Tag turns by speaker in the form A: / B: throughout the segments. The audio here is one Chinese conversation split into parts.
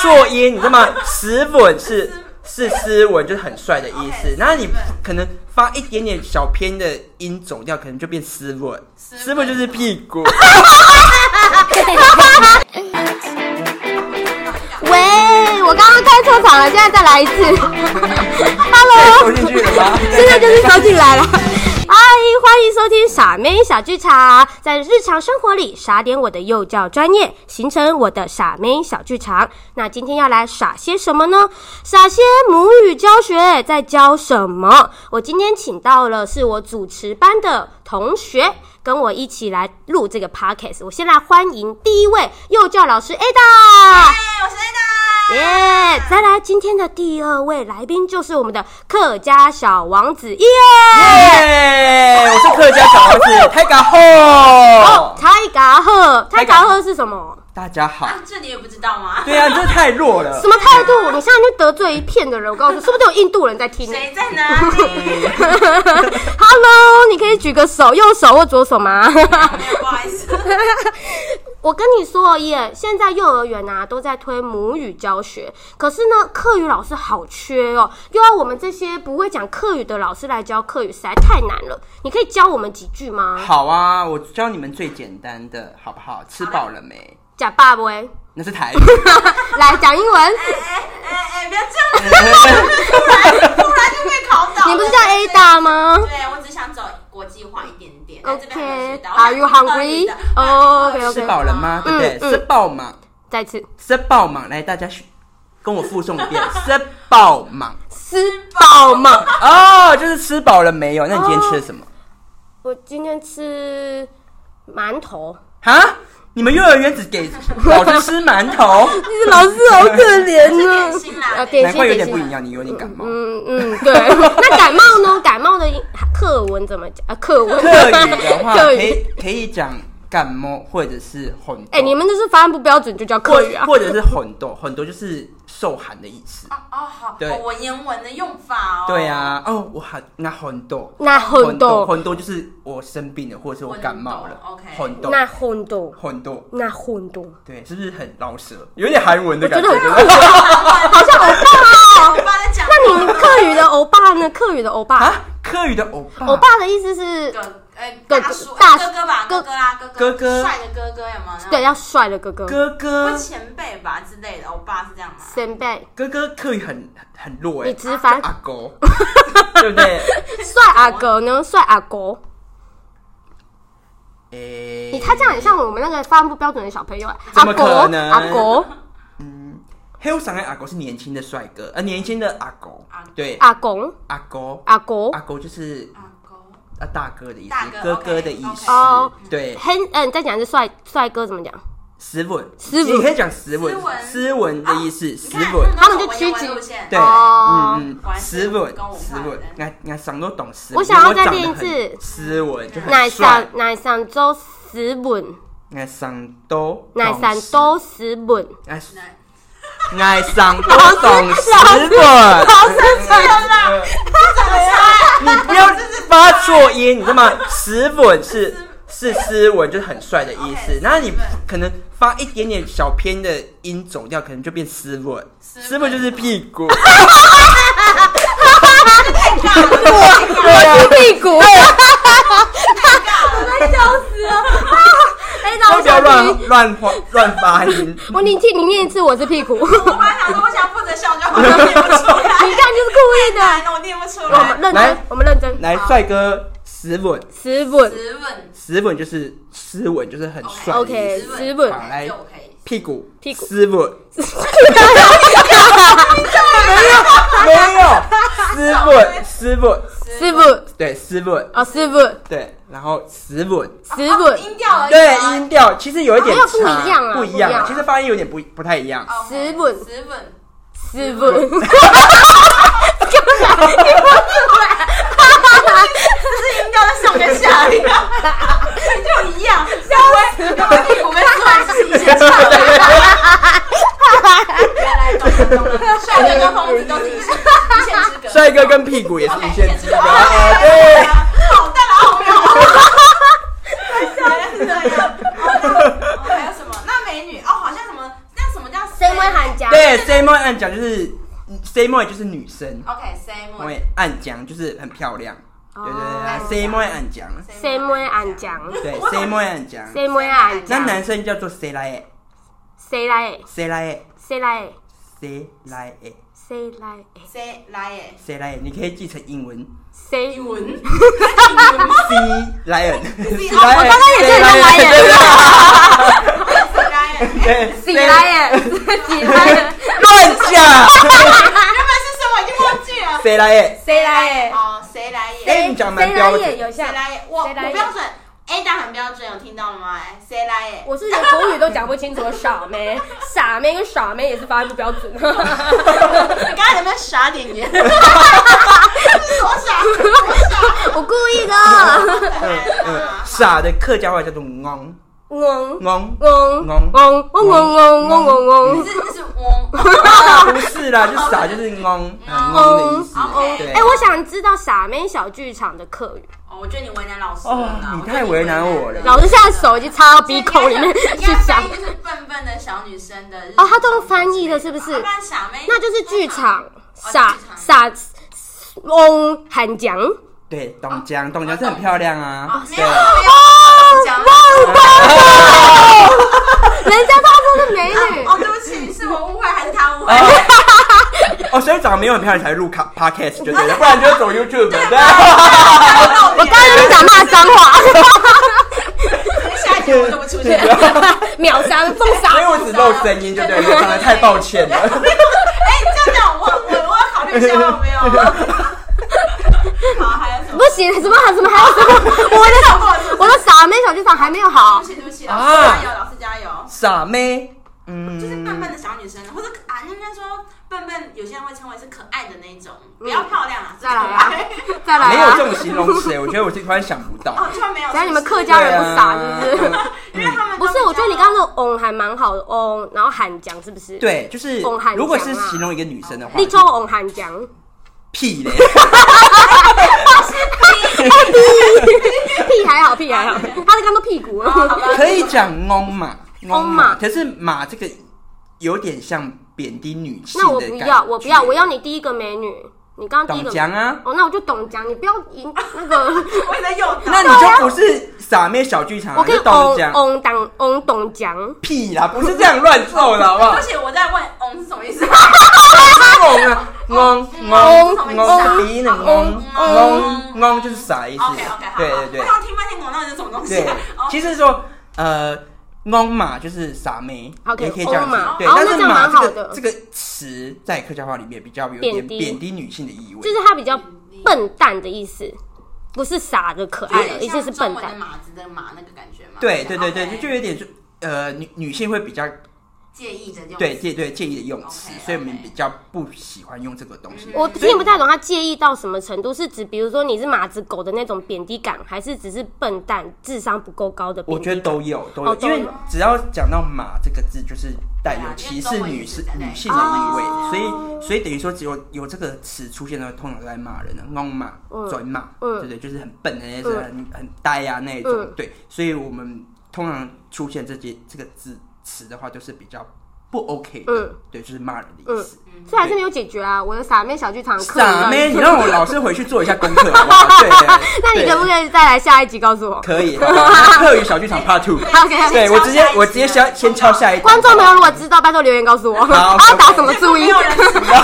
A: 硕一，你知道吗？斯文是是斯文，就是很帅的意思
B: OK，。
A: 然后你
B: 斯文
A: 可能发一点点小偏的音走掉，可能就变斯文。
B: 斯
A: 斯文就是屁股。
C: 喂，我刚刚开错场了，现在再来 一次。
A: 收
C: Hello，
A: 进去了吗？
C: 现在就是收进 来了。嗨，欢迎收听傻妹小剧场，在日常生活里傻点我的幼教专业，形成我的傻妹小剧场。那今天要来傻些什么呢？傻些母语教学在教什么？我今天请到了是我主持班的同学。跟我一起来录这个 podcast，我先来欢迎第一位幼教老师 Ada。
B: 嗨，我是 Ada。
C: 耶！再来，今天的第二位来宾就是我们的客家小王子耶！
A: 耶！我是客家小王子，太敢
C: 哦，
A: 吼！
C: 泰嘎赫，泰
A: 泰
C: 嘎
A: 嘎
C: 赫是什么？
A: 大家好。
B: 啊，这你也不知道吗？
A: 对啊，你这太弱了
C: 什。么态度？你现在就得罪一片的人，我告诉你，说不定有印度人在听呢。
B: 谁在哪 里？
C: Hello，你可以举个手，右手或左手吗？
B: 不好意思，
C: 我跟你说，耶，现在幼儿园啊都在推母语教学，可是呢，课语老师好缺哦，又要我们这些不会讲课语的老师来教课语，实在太难了。你可以教我们几句吗？
A: 好啊，我教你们最简单的，好不好？吃饱了没？
C: 假爸喂。
A: 那是台语。
C: 来讲英文，
B: 哎哎哎，不要 这样子，突然就被考倒了。
C: 你不是叫 Ada 吗？
B: 对，我只想走国际化一点点。在这边还没学到
C: OK，Are you hungry？哦
B: 我想
C: ，OK，OK
A: 吃饱了吗？对
C: 嗯
A: 不对？
C: 嗯
A: 吃饱嘛，
C: 再次，
A: 吃饱嘛，来大家学跟我附送一遍，吃饱嘛。
C: 吃饱吗？
A: 哦，就是吃饱了没有？那你今天吃了什么？
C: 哦我今天吃馒头。
A: 啊？你们幼儿园只给老师吃馒头，
C: 老师好可怜
B: 啊这是点心啦
C: 啊，点
A: 难
C: 心，
A: 怪有
C: 点
A: 点不
C: 心
A: 一。样，你有点感冒。
C: 嗯嗯，对。 那感冒呢？感冒的英课文怎么讲？啊，课文，
A: 客语的 话，
C: 课
A: 可
C: 语。
A: 以可以讲感冒或者是混豆。
C: 哎，你们这是发音不标准，就叫
A: 或
C: 课语啊。
A: 或者是混豆，混豆就是受寒的意思。
B: 哦哦好，
A: 对
B: 哦我言文的用法哦。
A: 对，啊，哦，我很那混豆，
C: 那很
A: 混豆
C: 多，
A: 混豆就是我生病了，或者是我感冒了
B: 混豆，OK。
A: 混豆，
C: 那很多，
A: 混豆，
C: 那很多，
A: 对，是不是很老舌？有点韩文的
C: 我觉
A: 感
C: 得
A: 觉。
C: 很
A: 对不
C: 酷
A: 对
C: 啊，好像欧巴
B: 我
C: 哦。
B: 爸在讲话。
C: 那你课语的欧巴呢？课语的欧巴，
A: 啊，客语的欧巴，
C: 欧巴的意思是
B: 哥，哎，
C: 哥
B: 大叔，
C: 大叔
B: 哎哥哥吧，
C: 哥
B: 哥哥啊，哥
A: 哥哥
B: 帅的哥哥有没有那种？
C: 对，要帅的哥哥，
A: 哥哥
B: 或，前辈吧之类的，我爸是这样吗？
C: 先辈，
A: 哥哥客语很很弱哎、
C: 你直翻
A: 阿 狗，对不对？
C: 帅阿哥呢？帅阿哥，
A: 诶、
C: 你他这样很像我们那个发音不标准的小朋友哎，
A: 怎
C: 阿
A: 么
C: 哥
A: 可能
C: 阿哥
A: 黑我上海阿狗是年轻的帅哥，呃，年轻的阿狗
B: 阿狗，
A: 对，
C: 阿公
A: 阿狗，
C: 阿哥
A: 阿狗就是
B: 阿公，
A: 啊大哥的意
B: 大
A: 思，
B: 哥
A: 哥
B: OK，
A: 哥的意思
B: OK
C: 哦，
A: 对，
C: 很嗯，再讲是帅帅哥怎么讲？
A: 斯文，
C: 斯文
A: 你可以讲斯文
B: 斯，文
A: 斯文
B: 哦
A: 的意思，
B: 啊你
A: 斯
B: 看
A: 文，
C: 他们就曲直
B: 路线，
A: 对，
C: 哦
A: 嗯嗯，
B: 果然是
A: 斯文
B: 跟我，
A: 斯
B: 们
A: 文
B: 的，
A: 俺俺长都懂斯文，
C: 我想要
A: 因为
C: 再
A: 长
C: 练
A: 得
C: 一次
A: 很斯文就
C: 哪
A: 很帅
C: 上，哪上周十本，
A: 俺长都
C: 哪上周十本，
A: 俺
B: 来
A: 俺长都懂斯文，
C: 好生气啊！
A: 你不要发错音，你知道吗？斯文是是斯文，就是很帅的意思
B: OK，。
A: 然后你
B: 斯文
A: 可能发一点点小偏的音走掉，可能就变斯文。
B: 文
A: 斯文就是屁股，
C: 我是屁 股，我快笑死了！啊 哎，那我
A: 不要
C: 想听
A: 乱乱发乱发音。
C: 我你替你念一次，我是 屁股。你
B: 我本来想说，我想负责笑，就 好像念不出
C: 看
B: 来，
C: 就是故意的。
B: 难我念不出
C: 我们
B: 来。
C: 认真
A: 来，
C: 我们认真。
A: 来，帅哥，斯文，
C: 斯文
B: 斯文
A: 斯文就是斯文，就是很帅的意思。
C: ，OK，
B: 斯文
C: 斯文。
A: 好来
B: 就可以。
A: 屁股，
C: 屁股
A: 斯文，没有，斯文，斯文，
C: 师傅
A: 对，斯文，
C: 啊，师傅，
A: 对，然后斯文，
C: 师
B: 哦
C: 傅，
B: 音调而已
A: 对，
B: 哦。
A: 音调其实有一点
C: 没有
A: 差，
C: 不一样啊
A: 不
C: 不一
A: 一
C: 样
A: 样，其实发音有点不不太一样。
B: 哦
C: 斯文
B: 斯文，
C: 师傅，
B: 这是音调在上跟 下一样，就一样。稍微有个屁股跟斯文是一起唱的。
C: 啊
B: 原来懂了懂了，帅哥跟疯子都 是一线一线之隔。
A: 帅哥跟屁股也是
B: OK，
A: 一线
B: 之
A: 之
B: 隔。
A: 隔。
B: 哦
A: 啊
C: 啊
A: 对，
B: 好大的奥妙。原来是这样。哦那哦还有什么？那美女哦，好像什么？那什么叫
C: Semi 为喊讲，
A: 对，C 妹暗讲就是 C 妹就是女生，
B: OK
A: 因
B: same way
A: 为暗讲就是很漂亮，对对
C: 哦哦
A: 对，C 妹暗讲，
C: ，C 妹喊讲
A: 对，C 妹暗讲，
C: ，C 妹喊
A: 那
C: 讲，
A: 男生叫做 C 来
C: 谁来
A: C 来
C: 谁来
A: C 来
C: 谁来
B: say 来耶
A: C 来，你可以记成英 文
C: 谁？
B: 英文
A: C 来，C
B: 哦我
A: 来，
C: 刚刚也是用来
A: 对
C: 人，
B: 来耶，原
A: 对，C-
C: 谁来耶？谁来耶？
A: 乱 讲，
B: 本是什么已经忘记了。
A: 谁来耶？
C: 谁来耶？
B: 哦，谁来耶？
A: 哎，你讲蛮
C: 谁来
A: 标准
C: 耶？，有
B: 谁
C: 像，
B: 来耶？我我
C: 谁来耶
B: 标准，Ada 很标准，有听到了吗？哎，谁来耶？
C: 我是连国语都讲不清楚的傻妹，傻妹跟傻妹也是发音不标 准。
B: 你刚才有没有傻点点？多傻，多傻！
C: 我故意 的。
A: 嗯嗯，傻的客家话叫做昂
C: 嗡
A: 昂，
C: 嗡嗡嗡嗡嗡嗡嗡
B: 你
C: 嗡。
B: 是你是我，
A: 不是啦，就傻就是昂嗯 昂的意思
B: 昂昂，
A: 对
C: 哎、。我想知道傻妹小剧场的课语。
B: 哦，我觉得你为难老师
A: 哦
B: 了啦。
A: 你太为难我了
C: 老师现在手已经插到鼻
B: 哎
C: 孔里 面
B: 你
C: 去
B: 看
C: 想
B: 翻译。就是笨笨的小女生的日常
C: 哦，他都用翻译的，是不是
B: 要不？然傻妹
C: 那就是剧场傻
B: 哦剧
C: 傻
B: 场
C: 嗡喊讲。
A: 对，董江，董江是很漂亮啊
B: 哦，没
A: 对
B: 有，没
C: 哦
B: 有讲啊
C: 忘光了，人家她是美女。
B: 哦，对不起，是我误会还是他误会？
A: 哦，所以长得没有很漂亮才录卡 podcast 就对 了，不然就走 YouTube 对。
B: 我
C: 我刚才就是想骂脏话，
B: 下一集我都不出现，
A: 啊
C: 秒删封杀
A: 所以。我只露声音就对了，长得太抱歉了。
B: 哎，这样我我我要考虑一下要 不要。好，还有什么
C: 不？行，什么什么还有什 么？我
B: 跳过是
C: 的
B: 不
C: 我的
B: 是
C: 傻妹小剧场还没有
B: 哦对
C: 好
B: 不。起，对不起，老师
A: 啊
B: 加油，老师加油。
C: 啊
A: 傻妹，
B: 就是笨
A: 嗯，
B: 笨的小女生，或者可啊，应该说笨笨，有些人会称为是可爱的那一种，不
C: 嗯
B: 要漂亮啊，是
C: 再来啊
B: 可爱
C: 再来
A: 没有
C: 啊
A: 这！种形容词，欸我觉得我突然想不到。
B: 哦，突然没有。
C: 等下你们
B: 是不
C: 客
B: 是
C: 家人不傻是不
A: 对
C: 是？
A: 啊
B: 因为他们
C: 不
B: 都
C: 是，我觉得你刚刚说嗡还蛮好的嗡，然后喊讲是不是？，
A: 对，就是
C: 懂喊
A: 如果
C: 讲
A: 是
C: 啊
A: 形容一个女生的话
C: 你，做嗡喊讲，
A: 屁嘞，
C: 屁还好，屁还好，他是刚说屁股。
A: 可以讲翁嘛，翁
C: 嘛
A: 嘛，可是马这个有点像贬低女性
C: 那我
A: 的
C: 不
A: 感
C: 要，我不要，
A: 觉
C: 我要你第一个美女，你刚刚
A: 董
C: 第一个。
A: 江啊。
C: 哦，那我就懂讲，你不要赢那个。
B: 我也在用
A: 那
B: 它，
A: 你
C: 啊
A: 就不是傻妹小剧场啊，
C: 我可以
A: 你懂
C: 嗡
A: 讲
C: 嗡当哦嗡懂讲，
A: 屁啦，不是这样乱凑的好 不好
B: 对不？起，我在问“嗯”是什么意思？
A: 嗡
C: 哦
A: 啊，嗡嗡嗡，鼻音的嗡
C: 哦
A: 嗡嗡就是傻意思
B: OK OK，好，。
A: 对对
B: 我
A: 对
B: 想听半天广告是什么东西
A: 对
B: 啊？哦，
A: 其实说呃。翁嘛就是傻妹
C: OK，
A: 也可以这样
C: 翁嘛
A: 讲，对。
C: 哦
A: 但
C: 那
A: 是
C: 这样
A: 马
C: 蛮
A: 这
C: 好
A: 个
C: 的
A: 这个词在客家话里面比较有
C: 贬
A: 点
C: 低
A: 贬低女性的意味，
C: 就是他比较笨蛋的意思，不是傻的可爱
B: 有
C: 的，
B: 点
C: 一定是
B: 像
C: 笨
B: 中文的
C: 蛋。
B: 马子的马那个感觉嘛。
A: 对对对对，
B: OK
A: 就就有点就呃女女性会比较
B: 介意的用。
A: 对介对介意的用词
B: OK，OK
A: 所以我们比较不喜欢用这个东西。
C: 我听不太懂他介意到什么程度，是指比如说你是马子狗的那种贬低感，还是只是笨蛋、智商不够高的
A: 我
C: 贬低？
A: 觉得都有，都有，
C: 哦都
A: 因
C: 有
A: 为只要讲到“马”这个字，就是带有
B: 对啊因
A: 歧视
B: 为中文
A: 女
B: 也
A: 士
B: 是这样
A: 女性的意味，
C: 哦
A: 所以所以等于说，只有有这个词出现的，通常都在骂人的，弄马、转马，
C: 嗯
A: 对不对？就是很笨的那种，
C: 嗯
A: 很很呆啊那一种
C: 嗯，
A: 对。所以我们通常出现这些这个字词的话，都是比较不 OK 的
C: 嗯，
A: 对，就是骂人的意思。
C: 所以还是没有解决啊！我的傻妹小剧场课，
A: 傻妹， 你让我老师回去做一下功课好不好？对，
C: 那你
A: 对
C: 可不可以再来下一集告诉我
A: 可 以？好不好课余小剧场 Part Two。
C: ？OK，
A: 对我直接
B: 敲下一集
A: 我直接先先敲下一集
C: 观众朋友如果知道，拜托留言告诉我， 我
A: 好
C: 要打
A: OK
C: 什么注音？
B: 没有人知道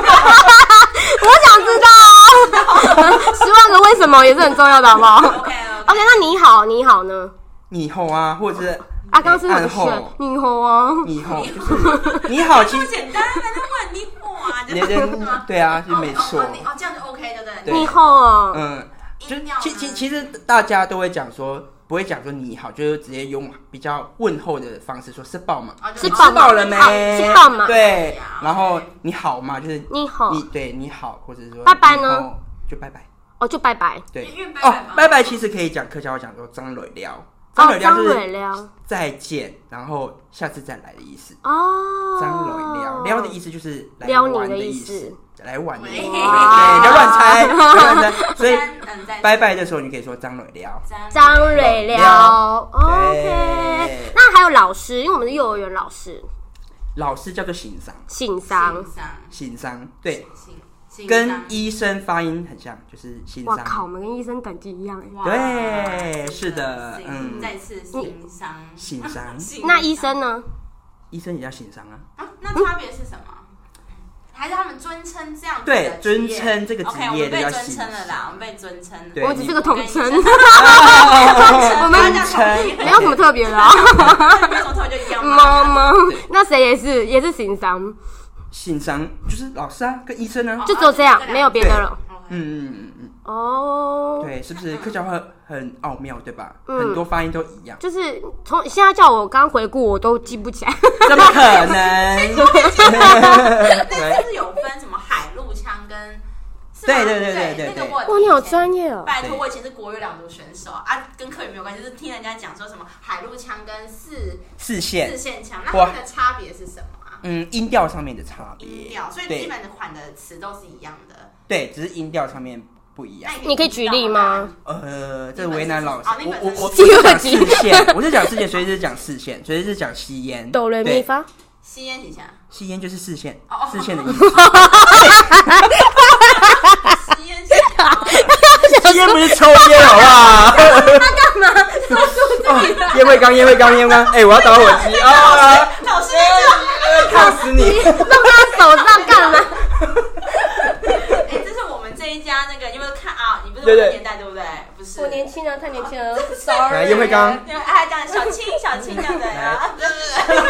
C: 我想知道 啊，十万个为什么也是很重要的，好不好
B: OK，
C: ？OK，那你好，你好呢？
A: 你好啊，或者是
C: 啊，刚刚是不是很
A: 暗
C: 顺
A: 号？
C: 你好啊，
A: 你 好，就是你好，其
B: 这么
A: 实
B: 简单，反正问你哇，就
A: 你的对啊，就
B: 哦
A: 没错
B: 哦，，你哦，这样就 OK 对不对？
C: 你好啊，
A: 嗯，就
B: 音调呢
A: 其其其实大家都会讲说，不会讲说你好，就是直接用比较问候的方式说，是饱吗？
B: 哦就
C: 吃
A: 你
C: 饱吗
A: 吃饱了没？
C: 哦吃饱吗
A: 对
B: 对啊，
A: 然后你好吗？就是
C: 你好
A: 你对你好，或者说
C: 拜拜呢
A: 你好，就拜拜。
C: 哦，就拜拜。
A: 对
B: 因为拜拜
A: 哦
B: 嘛，
A: 拜拜其实可以讲客家话，讲说张蕊聊，张
C: 哦
A: 蕊，聊
C: 张
A: 就
C: 蕊
A: 是
C: 撩
A: 再见，然后下次再来的意思。
C: 哦，
A: 张蕊撩撩的意
C: 思。
A: 思就是来
C: 撩你
A: 玩
C: 的
A: 的
C: 意
A: 意
C: 思
A: 思，来玩的意思。对，
B: 哇
A: 不要乱猜， 不要乱猜。所以
B: 三嗯，在
A: 拜拜的时候，你可以说张蕊撩。
C: 张蕊撩
A: 撩
C: ，OK
A: 对。
C: 那还有老师，因为我们是幼儿园老师，
A: 老师叫做行商，
C: 性商，
A: 行商对，
B: 行
A: 跟医生发音很像，就是行
C: 哇靠，
A: 商。
C: 我们跟医生等级一样哎。
A: 对是的嗯
B: 再次欣赏。
A: 行商，
C: 那医生呢？
A: 医生也叫行商啊。
B: 啊，那差别是什么？还是他们尊称这样子
A: 对
B: 的职业
A: 尊称这个职
B: OK，我
A: 业
B: 们
A: 的
B: 被
A: 叫
B: 尊
A: 行
B: 称了啦，我们被尊称了。
A: 对
C: 我只是个统称，
B: 你
C: 我们
B: 大家统一
C: 没有什么特别 的啊。
B: 没什么头就一样
C: 妈
B: 吗？
C: 妈，那谁也是也是行商，
A: 行商就是老师啊，跟医生啊。
C: 就只有这样
B: 哦，
C: 没有别的了。
B: OK，
A: 嗯嗯嗯
C: 哦
A: 嗯，，对，是不是客家话很奥妙，对吧？
C: 嗯
A: 很多发音都一样，
C: 就是从现在叫我刚回顾，我都记不起来。
A: 怎么可能？
B: 那是不是有分什么海陆腔跟？是吧
A: 对对对对
B: 对
A: 对
B: 那
A: 对
B: 个我
C: 哇，你好专业哦！
B: 拜托，
A: 对
B: 我以前是国语朗读选手啊，跟课语没有关系，就是听人家讲说什么海陆腔跟四
A: 视
B: 四
A: 线，
B: 线腔，那它们的差别是什么啊？
A: 嗯，音调上面的差别，
B: 音调，所以基
A: 对
B: 本的款的词都是一样的。
A: 对，只是音调上面不一样
B: 那。
C: 你可以举例吗？
A: 呃，这为难老师
B: 哦，那
A: 我我
B: 本是
A: 我
C: 第二
A: 我讲
C: 集
A: 视线，我是讲视 线，所以是讲视线，所以是讲吸烟。
C: 哆来咪
A: 对，
C: 发，
B: 吸烟几下？
A: 吸烟就是视线
B: 哦，
A: 视线的意思。
B: 吸烟几下？
A: 吸烟不是抽烟，好不好？
C: 干嘛？
A: 哦烟灰缸，烟灰缸，烟灰缸。哎，我要打火机啊！
B: 老师这个，
A: 呃烫死你！
C: 弄他手上干嘛？
B: 哎，这是我们这一家那个，你有没有看啊？你不是我
A: 对对
B: 们年代对不对？不是，
C: 我年轻啊，太年轻了
A: 来，
C: ，sorry。
A: 烟灰缸，
B: 对，哎，这样小青小青 这样的
A: 哎
B: 啊，对对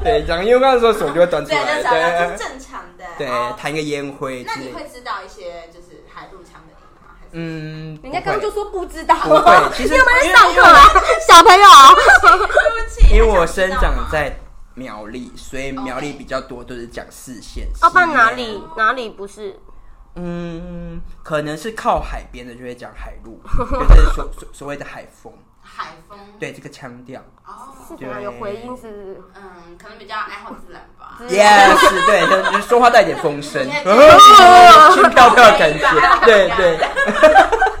B: 对，
A: 对，讲烟灰缸的时候手就会端出
B: 对，
A: 来，
B: 这是
A: 对
B: 这是正常的。
A: 对
B: 哦，
A: 弹个烟灰
B: 那
A: 之
B: 你
A: 类
B: 会
A: 的。
B: 知道一些就是海陆腔的音吗？还是
A: 嗯，
C: 人家刚刚就
A: 不会
C: 说不知道，
A: 不 会其实
C: 你有没有在上课啊， 小朋友？啊
B: 对不起，
A: 因为我
B: 很想
A: 生
B: 知道
A: 长
B: 嘛
A: 在苗栗，所以苗栗比较多都是讲视线。
C: 哦，不然
A: 视
C: 哪
A: 野
C: 里？哪里不是？
A: 嗯，可能是靠海边的就会讲海 陆，就是所所所谓的海风。
B: 海风，
A: 对这个腔调
B: 哦，
C: 是怎么有回音？是不是？
B: 嗯，可能比较爱好自然吧。
C: 嗯
A: ，yes，对，就就说话带点风 声，嗯
B: 你看
A: 轻飘飘的感觉，对对，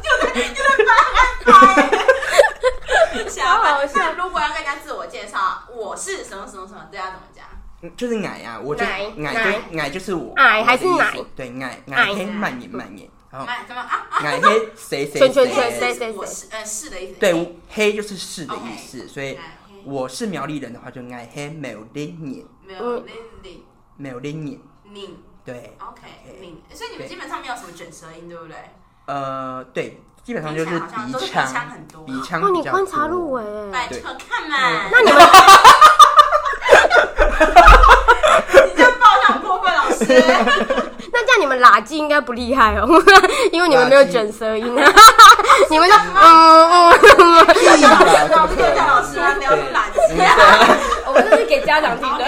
B: 想好像如果要跟人家自我介绍，我是什么什么什么，这要怎么讲？
A: 嗯就是矮啊，我就
C: 矮
A: 矮就矮就是我，
C: 矮还是
A: 我的意
C: 奶
A: 思对矮
C: 矮
A: 矮黑蔓延蔓延， 然后
B: 哎，怎么啊啊？
A: 矮黑谁谁
C: 圈圈圈
A: 谁
C: 谁
B: 是我是呃是的意思。
A: 对黑就是是的意思，所以
B: 矮黑
A: 我是苗栗人的话就矮黑苗栗年
B: 没有那你
A: 苗栗年，
B: 你
A: 对，
B: OK 你，所以你们基本上没有什么卷舌音，对不对？
A: 呃对，基本上就是
B: 听起来好像
A: 鼻
B: 都是鼻
A: 腔鼻腔
B: 腔很多
C: 哇，哦你
A: 比较
C: 观察
A: 多
C: 入微欸，
B: 拜托看嘛，
A: 嗯
C: 那你们
B: 你这样报上过分，老师。
C: 那这样你们垃圾应该不厉害哦， 因为你们没有卷舌音啊， 你们就嗯嗯嗯，
A: 屁啦
B: 老师
A: 怎么可能
B: 老师啊，不要是垃圾啊。
C: 哦我们这是给家长听的，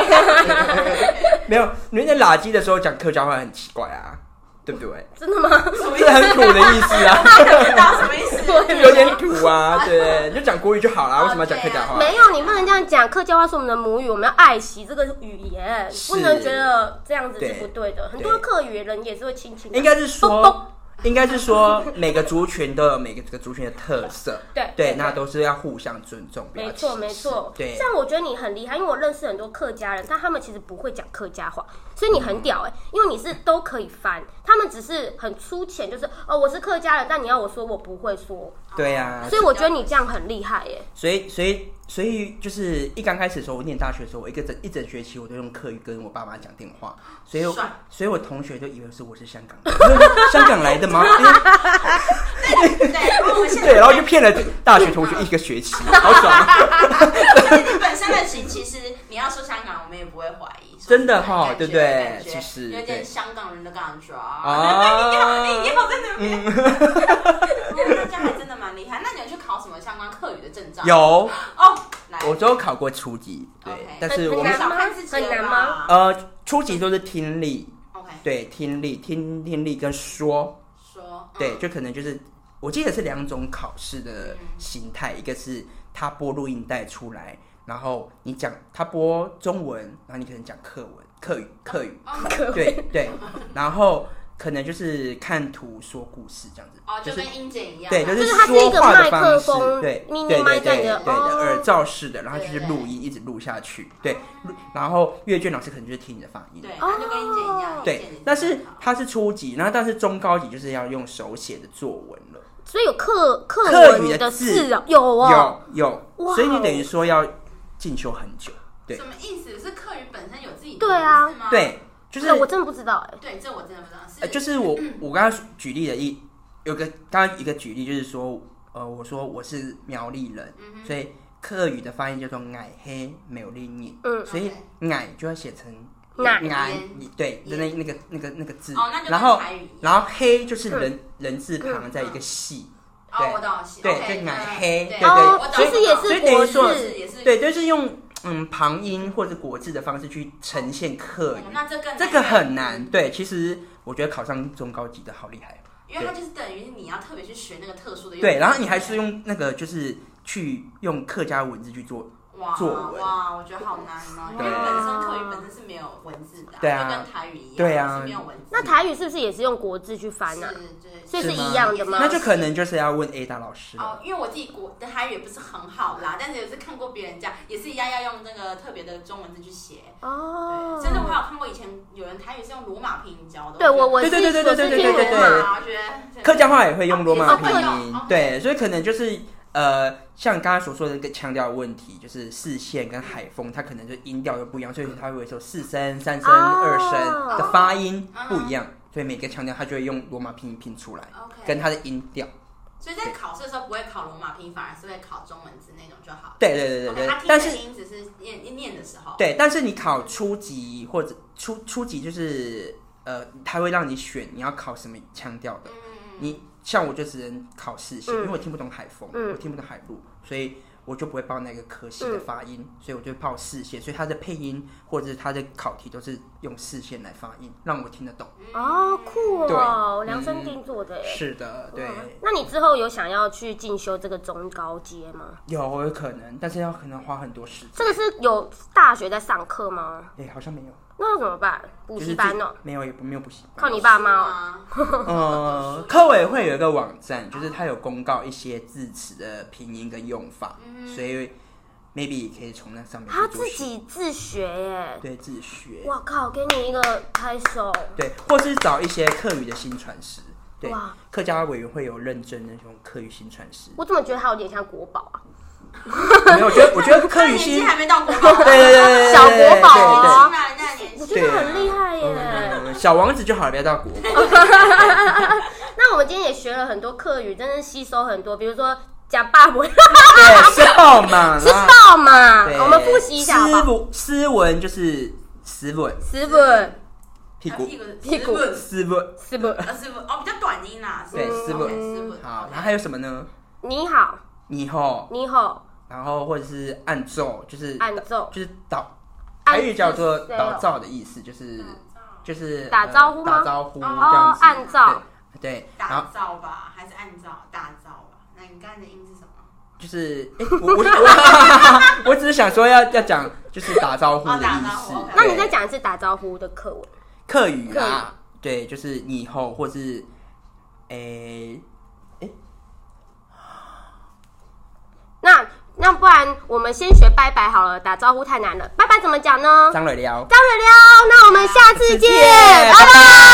A: 没有，你们在垃圾的时候讲客家话很奇怪啊，对不 对？
C: 真的吗？
A: 这 很土的意思啊，
B: 知道什么意思？
A: 有点土啊，对，你就讲国语就好啦，为什么要讲客家话？
C: 没有，你不能这样讲，客家话是我们的母语，我们要爱惜这个语言，
A: 是
C: 不能觉得这样子是不对的。很多客语人也是会亲亲的，
A: 应该是
C: 嘣嘣
A: 说，应该是说每个族群都有每个这个族群的特色，
C: 对
A: 对，那都是要互相尊重，不要
C: 没
A: 歧
C: 错，
A: 视
C: 没错。
A: 对
C: 像我觉得你很厉害，因为我认识很多客家人，但他们其实不会讲客家话，所以你很屌哎、因为你是都可以翻，他们只是很粗浅，就是哦，我是客家人，但你要我说我不会说，
A: 对啊
C: 所，以我觉得你这样很厉害耶、
A: 所以所以所以就是一刚开始的时候，我念大学的时候，我一个整一整学期我都用客语跟我爸妈讲电话，所以我
B: 帅
A: 所以我同学就以为是我是香港人，我 说香港来的吗？哎
B: 对，如果我们现在
A: 对，然后就骗了大学同学一个学 期，好爽，啊
B: 就是你本身的型，其实你要说香港，我们也不会怀疑。
A: 真的哈
B: 说出
A: 对不对
B: 来的感觉
A: 其实
B: 有点香港人的感觉啊。
A: 啊嗯
B: 你好，你好，在那边。那这样还真的蛮厉 害。那你有去考什么相关课语的证照？
A: 有，
B: 哦，来，
A: 我只有考过初级，对
B: OK
A: 但是
C: 很
A: 我
B: 你
A: 们
C: 难
B: 小看自己了吧
C: 很难吗
A: 呃初级都是听力，
B: ？OK，
A: 对，听力、听听力跟说，
B: 说嗯
A: 对，，就可能就是我记得是两种考试的形态，一个是他播录音带出来，然后你讲他播中文，然后你可能讲课文、课语、课语，
B: 嗯哦
C: 可
A: 对对，然后可能就是看图说故事这样子，
B: 哦，就是跟英姐一样啊，
A: 对，
C: 就是是它是一
A: 说
C: 个
A: 话
C: 麦
A: 的
C: 克
A: 方式
C: 风，
A: 对，
C: mini
A: 对对
C: 麦
A: 对
C: 在
A: 对
C: 你的
A: 对的
C: 哦
A: 耳罩式的，然后就是
B: 对
A: 录音，一直录下去，对，录然后阅卷老师可能就是听你的发音，
B: 对，她就跟英姐一样，
A: 哦对
B: 英姐，
A: 但是它是初级，然后但是中高级就是要用手写的作文了，
C: 所以有课课
A: 课
C: 文
A: 语的
C: 的
A: 字
C: 字哦，有哦，
A: 有
C: 哇
A: 有，所以你等于说要进修很久，对
B: 什么意思？是课语本身有自己的
C: 对啊
B: 意思吗？
A: 对，就是
C: 哎我真的不知道哎，
B: 对，这我真的不知道，
A: 呃，
B: 是
A: 就是我我刚刚举例的一有个刚刚一个举例就是说，呃，我说我是苗栗人，
B: 嗯
A: 所以客语的发音叫做“矮黑苗栗你”，
C: 嗯
A: 所以“
B: OK
A: 矮”就要写成
C: 矮
A: 矮
B: 烟，
A: 对，
B: 烟
A: 那那个那个那个字，
B: 哦那就跟
A: 然后
B: 台语一样
A: 然后“黑”就是人、人字旁在一
B: 嗯
A: 个细，
B: 哦，我懂，
A: 对
B: OK，
A: 就奶
B: 嗯
A: 黑
B: 对，
A: 对
C: 哦
B: 我懂
C: 其实也是
B: 我懂
A: 所以等于说
C: 国
B: 是
C: 字
B: 也是
A: 对，就是用嗯旁音或者国字的方式去呈现客语
B: 哦，那这嗯更
A: 这个很难，，对，其实我觉得考上中高级的好厉害。
B: 因为它就是等于你要特别去学那个特殊的用语，
A: 对，然后你还是用那个，就是去用客家文字去做，
B: 哇
A: 作文
B: 哇，我觉得好难哦，因为
A: 对
B: 本身课语本身是没有文字的啊，
A: 对啊
B: 就跟台语一样，
A: 对啊
B: 是没有文字，
C: 那台语是不是也是用国字去翻啊？
B: 是对，
C: 所以是
A: 是吗
C: 一样的吗？
A: 那就可能就是要问 A 大老师了。
B: 哦，因为我自己国的台语也不是很好啦，但是也是看过别人这样，也是一样要用那个特别的中文字去写。
C: 哦
B: 对，，甚至我还有看过以前有人台语是用罗马拼音教的。
C: 对我我是
A: 对对对对
C: 我是
A: 对对
C: 听
A: 对对
C: 罗
A: 对
C: 马，
B: 我觉得
A: 客家话也会用罗马
B: 哦
A: 拼
B: 也是会
A: 音
B: 用，
A: 对，所以可能就是呃，像刚刚所说的那个腔调问题，就是四线跟海风，它可能就音调又不一样，所以它会说四声、三声、
C: 哦
A: 二声的发音不一样，所以每个腔调它就会用罗马拼音拼出来，
B: OK，
A: 跟它的音调。
B: 所以在考试的时候不会考罗马拼音，反而是会考中文字那种就好了。
A: 对对对对
C: 哦
B: OK，
A: 对
B: 他，听
A: 但
B: 的
A: 是
B: 音只是念念的时候。
A: 对，但是你考初级或者初初级就是呃，他会让你选你要考什么腔调
C: 嗯
A: 的。你像我就只能考四线，因为我听不懂海风，
C: 嗯
A: 我听不懂海陆，所以我就不会报那个科系的发音，
C: 嗯
A: 所以我就报四线。所以它的配音或者它的考题都是用四线来发音，让我听得懂。
C: 哦，酷哦，
A: 对
C: 量身定做的耶。嗯
A: 是的，对，
C: 那你之后有想要去进修这个中高阶吗？
A: 有有可能，但是要可能花很多时间。
C: 这个是有大学在上课吗？
A: 哎、好像没有
C: 那要怎么办？补
A: 就
C: 习
A: 是
C: 班
A: 自
C: 哦，
A: 没有也不没有补习班。
C: 靠你爸妈哦。
B: 啊，
A: 呃，科委会有一个网站，就是它有公告一些字词的拼音跟用法，所以 maybe 可以从那上面去
C: 他
A: 多
C: 自
A: 学
C: 己自学耶！
A: 对自学，
C: 哇靠，给你一个拍手。
A: 对，或是找一些客语的新传师，对
C: 哇，，
A: 客家委员会有认证那种客语新传师
C: 我怎么觉得他有点像国宝啊？
A: 没有，我觉得我觉得
B: 他
A: 客语
B: 年纪
A: 新，
B: 还没到国
A: 对对对对对，
C: 小
A: 对
C: 国宝哦
B: 啊，人家的年
C: 我
B: 纪
C: 觉得他很厉害
A: 对对对
C: 耶。
A: 对对小王子就好了，不要到国宝，
C: 那我们今天也学了很多客语，真的吸收很多，比如说假爸不是
A: 对，是爆满啦，
C: 爆嘛？
A: 对
C: 我们复习一下好不
A: 斯
C: 好？
A: 文斯文就是斯文
C: 斯文，
A: 屁股
B: 屁股
C: 屁股
B: 师
A: 斯文，
C: 斯文，
B: 傅，师傅哦，比较短音啦，
A: 对
B: 师
A: 师
B: 傅
A: 傅
B: 师傅，
A: 好，然后还有什么呢？
C: 你好，
A: 你吼，
C: 你好，
A: 然后或者是按奏，就是
C: 按奏
A: 就是导，
C: 按
A: 台语叫做
C: 奏
A: 打造的意思，
B: 嗯
A: 就是就是
C: 打招呼吗
A: 呃打招呼这样
C: 哦，
A: 子，
C: 按照
A: 对对，然
B: 打
A: 后
B: 造吧，还是按照打造吧？那你刚才的音是什么？
A: 就是诶我我 我我只是想说要要讲就是打招呼
B: 哦
A: 的
B: 打招
A: 意
B: 呼
A: 思
B: ，OK，
C: 那你再
A: 对
C: 讲一次打招呼的课文。
A: 客语
C: 客
A: 啊，对，就是你以后或是诶
C: 那那不然我们先学拜拜好了，打招呼太难了，拜拜怎么讲呢？
A: 张磊撩。啊
C: 张蕊撩，那我们下次
A: 再
C: 见，
A: 见
C: 拜
A: 拜
C: 拜。